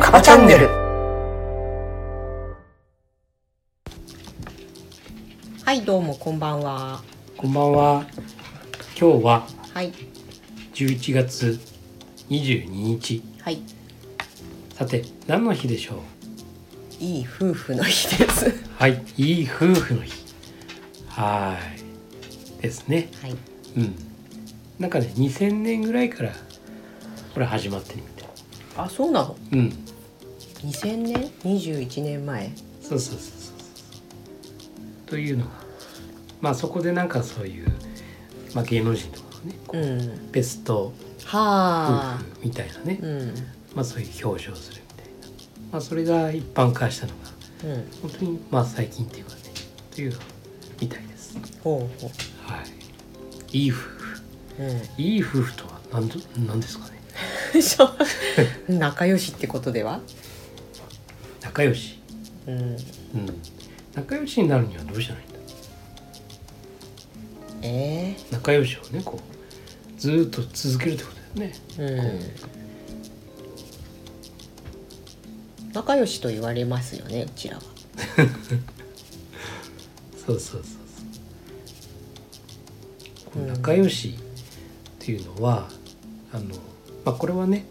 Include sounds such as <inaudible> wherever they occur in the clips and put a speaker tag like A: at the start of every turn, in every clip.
A: カバチャンネル
B: はい、どうもこんばんは。
A: こんばんは今日は
B: はい、
A: 11月22日
B: はい、
A: さて何の日でしょう
B: いい夫婦の日です。
A: はいいい夫婦の日はーいですね
B: はい、
A: うんなんかね2000年ぐらいからこれ始まってるみたい
B: あ、そうなの。
A: うん
B: 2000年？21年前。
A: そうそうそうそうそうというのがまあそこでなんかそういう、まあ、芸能人とかのねこ
B: うん。
A: うベスト夫
B: はあ。
A: 婦みたいなね、
B: うん。
A: まあ、そういう表彰するみたいな、まあ、それが一般化したのが
B: うん。
A: 本当にまあ最近っていうかねというみたいです
B: ほうほ
A: はいいい夫婦
B: う。うん。
A: いい夫婦とは何ど何ですかね
B: 仲良しってことでは？
A: 仲良し
B: うん。
A: うん仲良しになるにはどうしたらいいんだ
B: え
A: 仲良しをねこうずーっと続けるってことだよね
B: えうん。仲良しと言われますよね、うちらは。
A: そうそうそうそうこの仲良しっていうのは、あのまあこれはね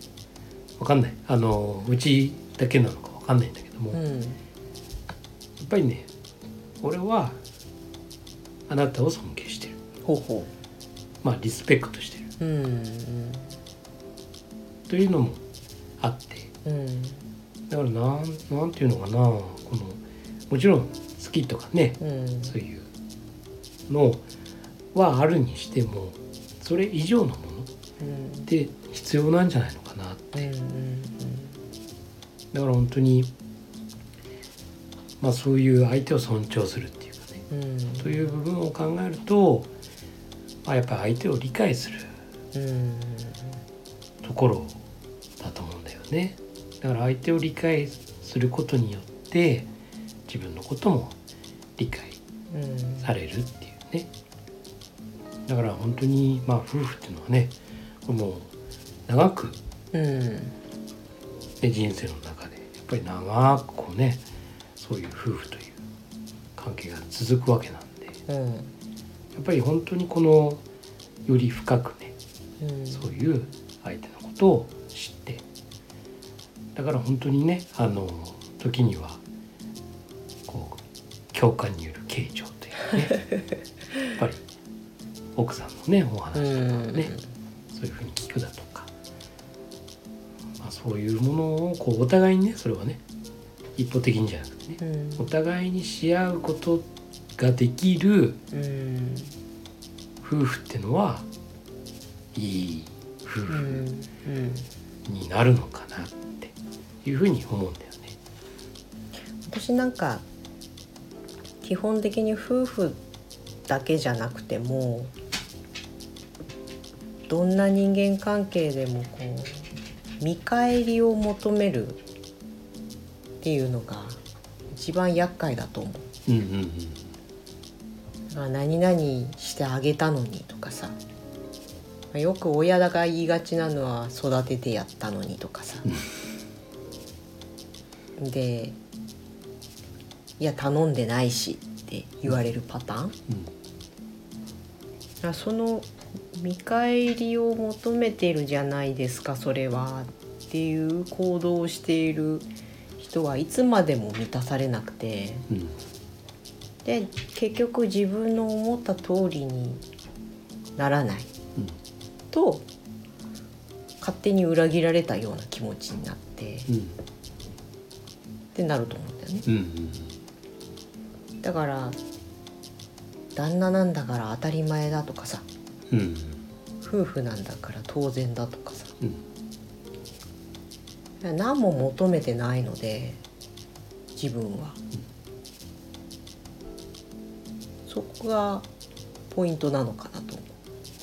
A: わかんないあのうちだけなのかわかんないんだけども、
B: う
A: やっ
B: ん。
A: ぱりね俺はあなたを尊敬してる
B: ほうほ
A: まあリスペクトしてる
B: う。うん。
A: というのもあって
B: うん。
A: だからなんなんていうのかなこのもちろん好きとかね
B: うん。
A: そういうのはあるにしてもそれ以上のもの
B: うん。
A: って必要なんじゃないのかな
B: うんうん
A: だから本当にまあそういう相手を尊重するっていうかね
B: うんうん
A: という部分を考えると、まあ、やっぱり相手を理解する
B: うん
A: ところだと思うんだよねだから相手を理解することによって自分のことも理解
B: うん
A: されるっていうねだから本当にまあ夫婦っていうのはねこれもう長く、
B: うん
A: ね、人生の中でやっぱり長くこうねそういう夫婦という関係が続くわけなんでや
B: うん
A: っぱり本当にこのより深くね
B: うん
A: そういう相手のことを知ってだから本当にねあの時にはこう共感による傾聴という <laughs> かねやっぱり奥さんのねお話とかねそういうふうに聞くだとか、まあ、そういうものをこうお互いにねそれはね一方的にじゃなくてね
B: うん
A: お互いにし合うことができる
B: うん
A: 夫婦ってのはいい夫
B: う
A: 婦
B: んうん
A: になるのかなっていうふうに思うんだよね。
B: 私なんか基本的に夫婦だけじゃなくてもどんな人間関係でもこう見返りを求めるっていうのが一番厄介だと思う。
A: うんうんうん、
B: まあ、何々してあげたのにとかさまあよく親だが言いがちなのは育ててやったのにとかさでいや頼んでないしって言われるパターン
A: うん、
B: あその見返りを求めてるじゃないですかそれはっていう行動をしている人はいつまでも満たされなくて
A: うん、
B: で結局自分の思った通りにならない
A: うん、
B: と勝手に裏切られたような気持ちになってっ
A: うん、
B: てなると思うんだよね
A: うん、うん、
B: だから旦那なんだから当たり前だとかさ
A: うん、
B: 夫婦なんだから当然だとかさ
A: うん、
B: 何も求めてないので自分はそこがポイントなのかなと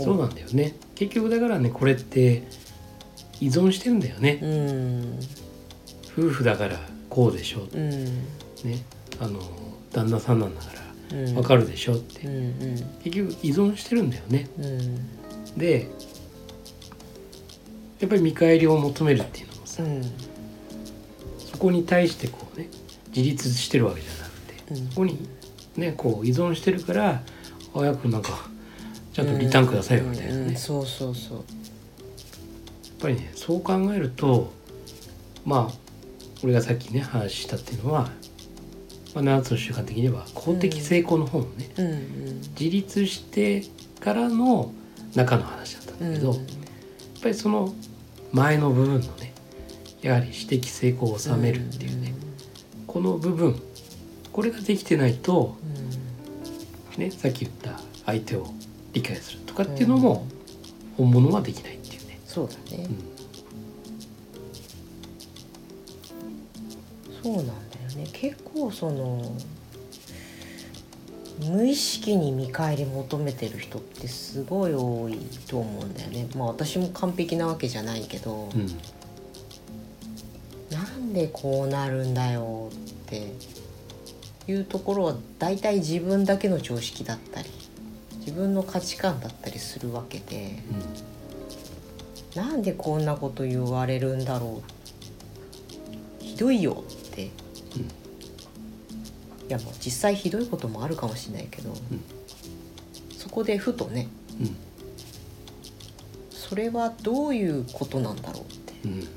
A: そうなんだよね。結局だからね、これって依存してるんだよね。
B: 思ううん
A: 夫婦だからこうでしょう。
B: うん
A: ねあの旦那さんなんだから
B: うん
A: わかるでしょって、
B: うんうん
A: 結局依存してるんだよね
B: うん
A: でやっぱり見返りを求めるっていうのも
B: う
A: さ
B: ん
A: そこに対してこうね自立してるわけじゃなく
B: う
A: て
B: ん
A: そこにねこう依存してるからあやくなんかちゃんとリターンくださいよみたいなね、
B: うんうん
A: やっ
B: そうそうそう
A: ぱりねそう考えるとまあ俺がさっきね話したっていうのは、まあ、7つの習慣的には公的成功の方のね、
B: うんうん
A: 自立してからの中の話だったんだけど、やっぱりその前の部分のねやはり私的成功を収めるっていうね、この部分これができてないと、
B: うんうん
A: ね、さっき言った相手を理解するとかっていうのも本物はできないっていうね。
B: そうだねそうなんだよね結構その無意識に見返り求めてる人ってすごい多いと思うんだよねまあ私も完璧なわけじゃないけど、
A: うんうん
B: なんでこうなるんだよっていうところは大体自分だけの常識だったり自分の価値観だったりするわけでなんでこんなこと言われるんだろうひどいよっていやもう実際ひどいこともあるかもしれないけど、
A: うん
B: そこでふとね
A: うん
B: それはどういうことなんだろうって、
A: うん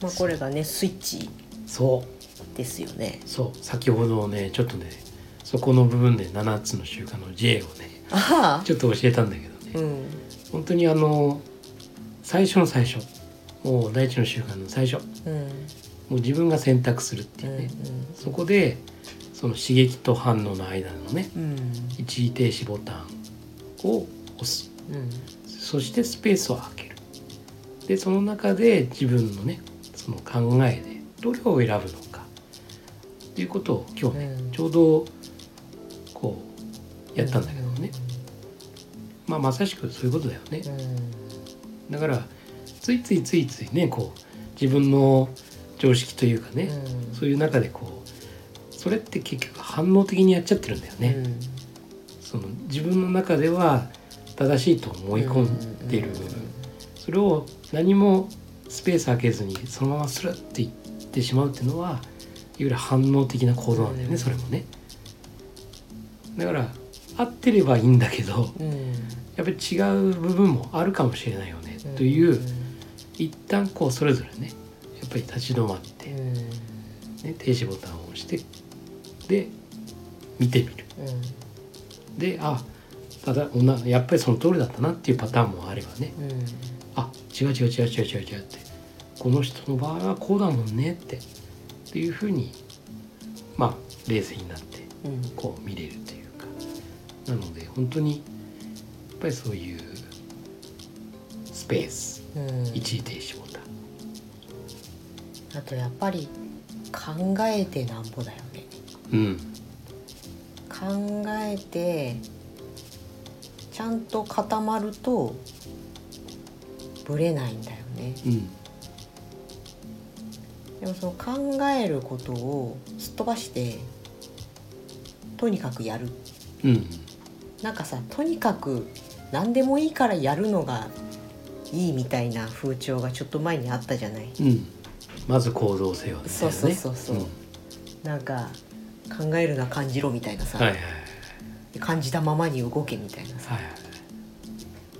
B: まあ、これがねスイッチ
A: そう
B: ですよね。
A: そう先ほどねちょっとねそこの部分で7つの習慣の J をね
B: あ
A: ちょっと教えたんだけどね、
B: あ、うん、
A: 本当にあの最初の最初もう第一の習慣の最初
B: うん、
A: もう自分が選択するって
B: う
A: いうね、
B: ん、
A: そこでその刺激と反応の間のね
B: うん、
A: 一時停止ボタンを押す
B: うん、
A: そしてスペースを空けるでその中で自分のねその考えでどれを選ぶのかっていうことを今日ね、
B: うん
A: ちょうどこうやったんだけどね、まあまさしくそういうことだよね。
B: うん、
A: だからついついついついねこう自分の常識というかね、
B: うん、
A: そういう中でこうそれって結局反応的にやっちゃってるんだよね、その自分の中では正しいと思い込んでいる部分、それを何もスペース空けずにそのままスルッていってしまうっていうのはいわゆる反応的な行動なんだよね、
B: うん
A: それもねだから合ってればいいんだけど
B: うん、うん、
A: やっぱり違う部分もあるかもしれないよね、というう一旦こうそれぞれねやっぱり立ち止まって、
B: ん、
A: ね、停止ボタンを押してで見てみる
B: う
A: であただおなやっぱりその通りだったなっていうパターンもあればね
B: ん、うん、
A: あ違う違う違う違う違う違うってこの人の場合はこうだもんねってっていうふうにまあ冷静になって
B: うん、
A: こう見れるというかなので本当にやっぱりそういうスペース
B: うん、
A: 一時停止ボタン
B: あとやっぱり考えてなんぼだよね。
A: うん
B: 考えてちゃんと固まるとぶれないんだよね
A: うん
B: でもその考えることをすっ飛ばしてとにかくやる
A: うん
B: なんかさとにかく何でもいいからやるのがいいみたいな風潮がちょっと前にあったじゃない
A: うんまず行動せよみたいなね
B: そうそうそうそうんなんか考えるな感じろみたいなさ、
A: はいはいはい
B: 感じたままに動けみたいなさ
A: はいはい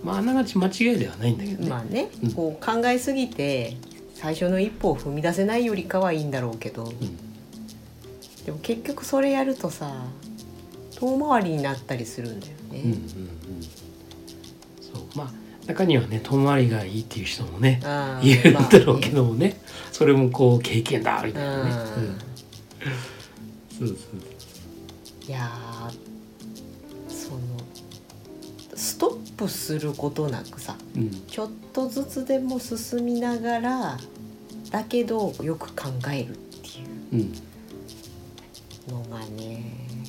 A: まああながち間違いではないんだけどね、
B: まあね、
A: うん
B: こう考えすぎて最初の一歩を踏み出せないよりかはいいんだろうけど
A: うん
B: でも結局それやるとさ遠回りになったりするんだよ
A: うんうんう
B: ね。
A: んそうまあ中にはね遠回りがいいっていう人もね
B: あー
A: いるんだろうけどもね,、それもこう経験だみたい
B: まあね
A: なね
B: う、ん
A: うん、そうそう
B: いやーそのストップすることなくさ
A: うん
B: ちょっとずつでも進みながらだけどよく考えるってい
A: うん
B: うのがね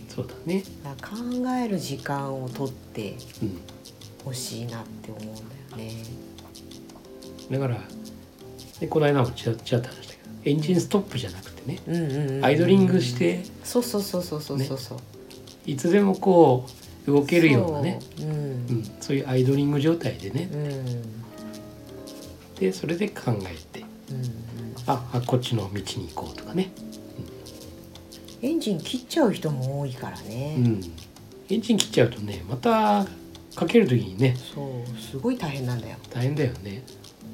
A: そうだね
B: だから考える時間をとって
A: うん
B: 欲しいなって思うんだよね。
A: だからでこの間もちらっとちらっと話したけどエンジンストップじゃなくてね
B: うんうんうん
A: アイドリングして
B: そうそうそうそうそうそうそう、
A: いつでもこう動けるようなね
B: そう
A: そう,、ん、そういうアイドリング状態でね
B: うんうんうん
A: でそれで考えて
B: うん
A: ああこっちの道に行こうとかね、
B: エンジン切っちゃう人も多いからね、
A: うん、エンジン切っちゃうとねまたかける時にね
B: そうすごい大変なんだよ
A: 大変だよね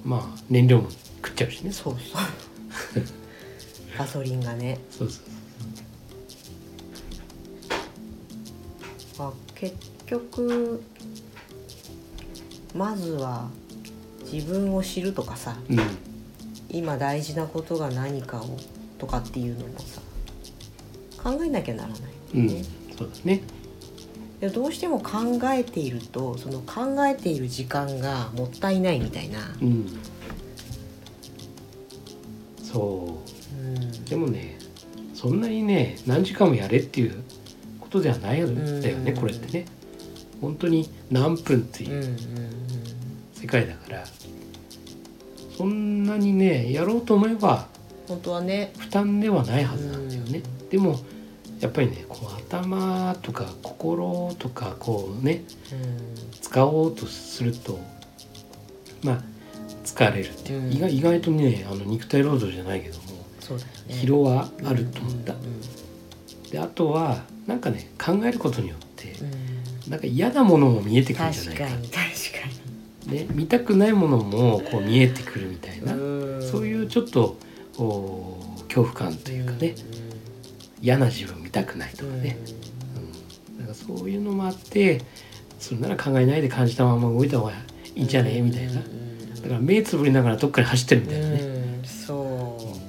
A: まあ燃料も食っちゃうしね
B: そうそうガソリンがね
A: そうそう
B: まあ、結局まずは自分を知るとかさ
A: うん
B: 今大事なことが何かをとかっていうのもさ考えなきゃならない、
A: うん
B: ね
A: そうだね
B: でどうしても考えているとその考えている時間がもったいないみたいな、
A: うんそうでもねそんなにね何時間もやれっていうことではないんだよね
B: うん
A: これってね本当に何分って
B: うん、う
A: い
B: ん
A: う
B: うんうん
A: 世界だからそんなにねやろうと思えば
B: 本当はね
A: 負担ではないはずなんだよねでもやっぱりねこう頭とか心とかこうね
B: うん
A: 使おうとするとまあ疲れるっていう、
B: うん
A: 意外意外とねあの肉体労働じゃないけども
B: そうだよね
A: 疲労はあると思った、
B: うん
A: であとはなんかね考えることによって
B: うんうん
A: なんか嫌なものも見えてくるんじゃ
B: 確
A: ない
B: か
A: か
B: に確
A: ね、見たくないものもこう見えてくるみたい
B: か
A: な、
B: に、うん
A: そういうちょっとお恐怖感というかね、嫌な自分見たくないとかね、うん、なんかそういうのもあってそれなら考えないで感じたまま動いた方がいいんじゃね、みたいなだから目つぶりながらどっかに走ってるみたいなね、
B: うん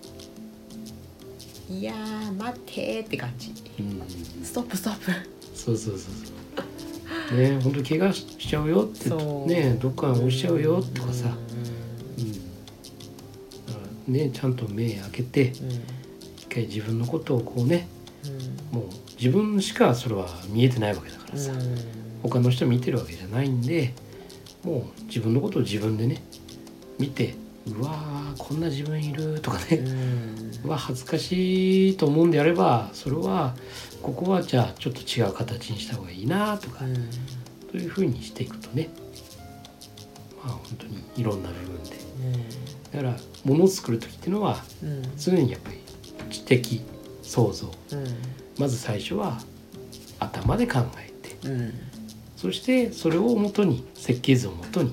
B: そういやー待ってーって感じ
A: うんうんうん
B: ストップストップ
A: そうそうそうそうね本当怪我しちゃうよって
B: そう
A: ねどっかに落ちちゃうよとかさ、
B: う
A: うんだからねちゃんと目開けて
B: んうん
A: 一回自分のことをこうね
B: うん
A: もう自分しかそれは見えてないわけだからさ、他の人見てるわけじゃないんでもう自分のことを自分でね見てうわーこんな自分いるとか
B: う
A: ね、 <laughs>
B: ん
A: うわ恥ずかしいと思うんであればそれはここはじゃあちょっと違う形にした方がいいなとか、
B: うん
A: というふうにしていくとねまあ本当にいろんな部分でだから物を作る時っていうのは
B: うんうん
A: 常にやっぱり知的想像まず最初は頭で考えて
B: うん
A: そしてそれをもとに設計図をもとに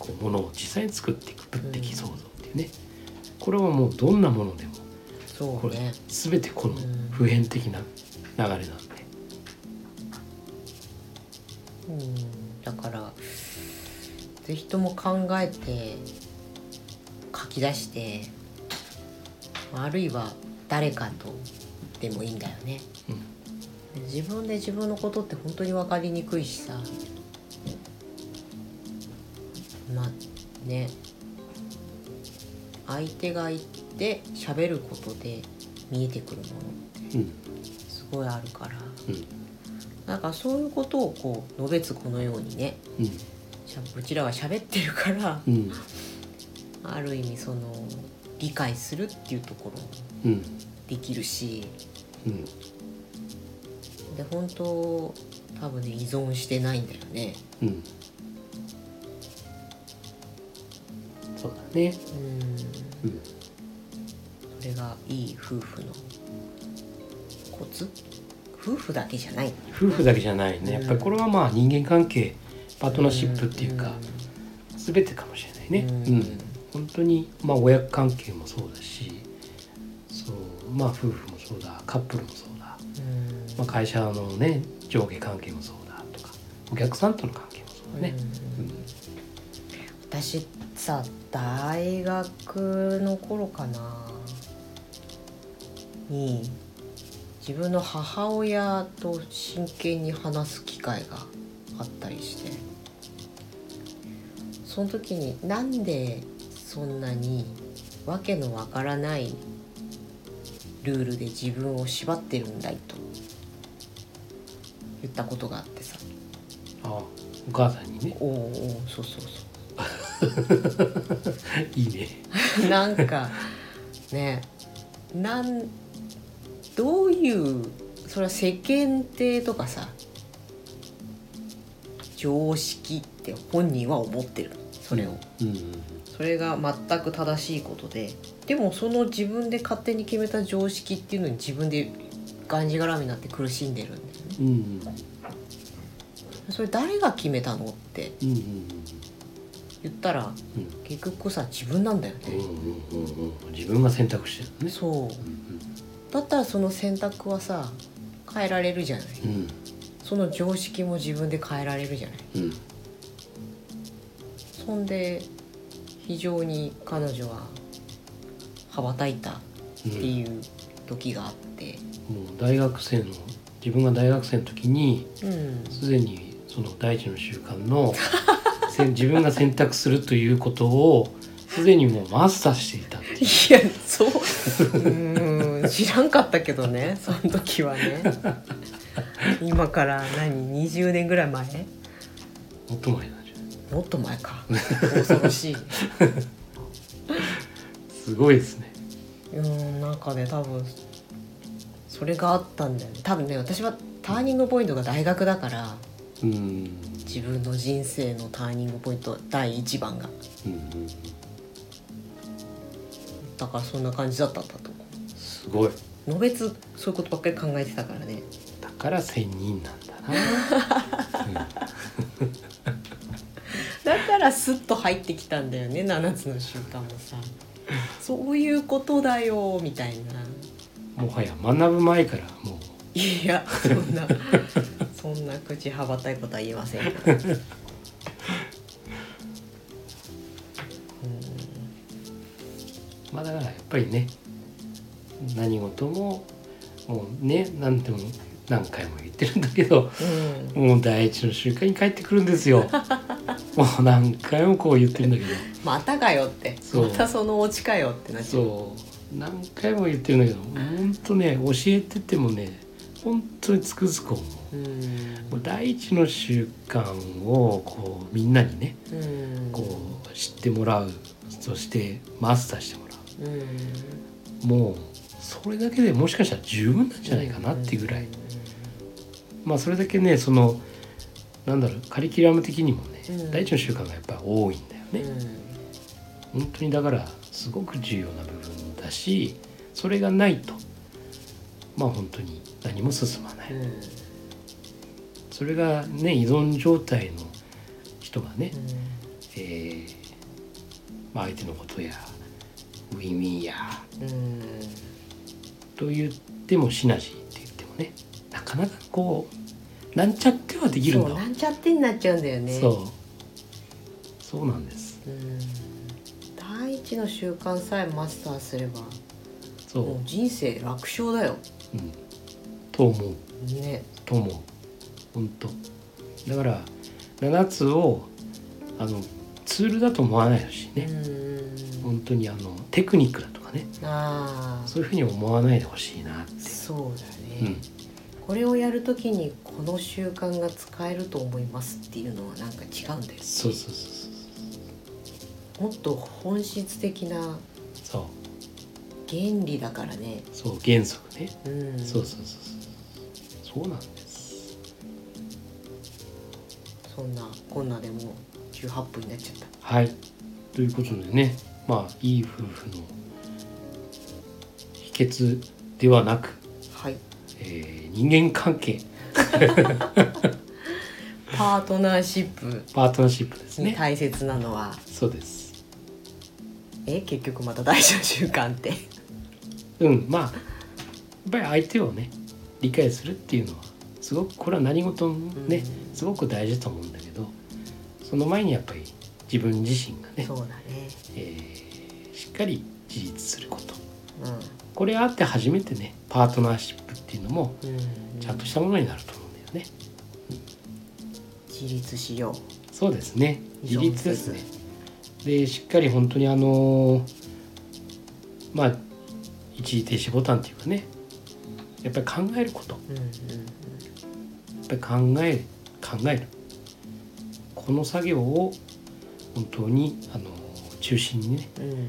A: こうものを実際に作っていく物的想像っていうねこれはもうどんなものでも
B: そ
A: こ
B: う
A: れ
B: ね
A: 全てこの普遍的な流れなんで
B: うんだからぜひとも考えて書き出してまああるいは誰かとでもいいんだよね自分で自分のことって本当に分かりにくいしさまあね相手が言って喋ることで見えてくるもの
A: うんうん
B: すごいあるから
A: うん
B: なんかそういうことをこう述べつこのようにねしゃうちらは喋ってるから
A: うんうん
B: ある意味その理解するっていうところも
A: うん
B: できるし
A: うん
B: で本当多分ね依存してないんだよね。
A: うんそうだね
B: うん
A: うん
B: それがいい夫婦のコツ夫婦だけじゃない
A: 夫婦だけじゃないねやっぱりこれはまあ人間関係パートナーシップっていうか、全てかもしれないね、
B: う
A: うんん本当にまあ親子関係もそうだしそうまあ夫婦もそうだカップルもそうだ、
B: うん
A: まあ、会社のね上下関係もそうだとかお客さんとの関係もそうだね、
B: う
A: うんん
B: 私さ大学の頃かなに自分の母親と真剣に話す機会があったりしてその時になんでそんなにわけのわからないルールで自分を縛ってるんだいと言ったことがあってさ
A: ああお母さんにね
B: おうおうそうそうそう
A: いいね
B: <laughs> なんかねなんどういうそれは世間体とかさ常識って本人は思ってるそれを、
A: うんうんうん
B: それが全く正しいことででもその自分で勝手に決めた常識っていうのに自分でがんじがらみになって苦しんでるんだよね
A: うんうん
B: それ誰が決めたのって
A: うん
B: 言ったら
A: うん
B: 結局さ自分なんだよ
A: うん
B: ね、
A: うんうんうん自分が選択してるのね
B: そうだったらその選択はさ変えられるじゃない
A: うんうん
B: その常識も自分で変えられるじゃない
A: うん
B: そんで非常に彼女は羽ばたいたって
A: うん
B: いう時があって
A: もう大学生の自分が大学生の時に
B: うん
A: すでにその第一の習慣のせん <laughs> 自分が選択するということをすでにもうマスターしていたっていう
B: いやそううーん知らんかったけどねその時は <laughs> ね今から何20年ぐらい前
A: もっと前なんじゃない
B: もっと前か恐ろしい
A: すごいですね
B: うんなんかね多分それがあったんだよね多分ね私はターニングポイントが大学だから
A: うんうん
B: 自分の人生のターニングポイント第一番が
A: うん
B: だからそんな感じだったんだと思
A: すごいう
B: のべつそういうことばっかり考えてたからね
A: だから千人なんだな、
B: だからスッと入ってきたんだよね7つの習慣もさそういうことだよみたいな
A: うんもはや学ぶ前からも
B: いやそんなそんな口羽ばたいことは言えませんようん
A: うまあだからやっぱりね何事ももうね何でも何回も言ってるんだけど
B: うん
A: もう第一の習慣に帰ってくるんですよもう何回もこう言ってるんだけど
B: またかよって
A: そう
B: またそのオチかよってなっちゃう
A: そう何回も言ってるんだけど本当ね教えててもね本当につくづく思
B: う
A: う
B: ん
A: もう第一の習慣をこうみんなにね
B: うん
A: こう知ってもらうそしてマスターしてもらう
B: うん
A: もうそれだけでもしかしたら十分なんじゃないかなっていうぐらいまあそれだけねそのなんだろうカリキュラム的にもね、
B: うん
A: 第一の習慣がやっぱり多いんだよ
B: う
A: ね、
B: ん
A: 本当にだからすごく重要な部分だしそれがないとまあ本当に何も進まない、
B: うん
A: それがね依存状態の人がね、えーまあ、相手のことやウィンウィンや
B: うん
A: と言ってもシナジーって言ってもねなかなかこうなんちゃってはできるん
B: そ
A: だ
B: う
A: わ
B: なんちゃってになっちゃうんだよね
A: そうそうなんです
B: うん第一の習慣さえマスターすれば
A: そう、
B: もう人生楽勝だよ
A: うん、と思う
B: ね
A: と思う本当だから7つをあのツールだと思わないでほしいね
B: うん
A: 本当にあのテクニックだとかね
B: ああ
A: そういうふうに思わないでほしいなって
B: そうだ
A: うん
B: ね、これをやるときにこの習慣が使えると思いますっていうのはなんか違うんだよ
A: そうそうそうそ
B: もっと本質的な
A: う
B: 原理だからね、
A: そうそう原則ね、
B: うん、
A: そうそうそうそうそうなんです
B: そんなこんなでもう18分になっちゃった
A: はいということでねまあいい夫婦の秘訣ではなく、
B: はい
A: えー人間関係
B: パートナーシップ
A: パートナーシップです
B: に
A: ね
B: 大切なのは、
A: そうです
B: え結局また大事な習慣って
A: うんまあやっぱり相手をね理解するっていうのはすごくこれは何事もね、すごく大事だと思うんだけどその前にやっぱり自分自身がね
B: そ、うだね
A: えーしっかり自立すること
B: う
A: これあって初めてねパートナーシップっていうのも
B: ん、うん、
A: ちゃんとしたものになると思うんだよね。
B: 自立しよ
A: そうですね
B: 依
A: 自
B: 存
A: 立ですね。でしっかり本当にあのーまあ一時停止ボタンっていうかねやっぱり考えること
B: う、うんうん
A: やっぱり考える考えるこの作業を本当にあの中心にね
B: うんうん、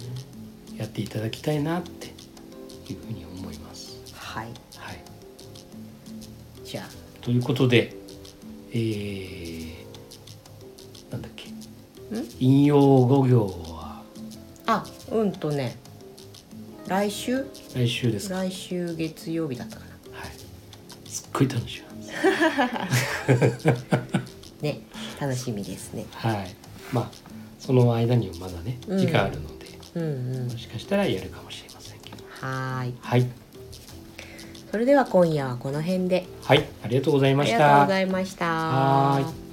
A: やっていただきたいなっていうふうに思います。
B: はい
A: はい、
B: じゃあ
A: ということで、えー、なんだっけ引用五行は
B: あうんとね来週
A: 来週ですか、
B: 来週月曜日だったかな
A: はい、すっごい楽しみです。
B: ね楽しみですね
A: はい、まあその間にもまだね
B: うん
A: 時間あるので、
B: うんうん
A: もしかしたらやるかもしれませんけど
B: はーい
A: はい
B: それでは今夜はこの辺で
A: はいありがとうござい
B: あ
A: ま
B: り
A: し
B: がとう
A: た
B: ござ。いました
A: はーい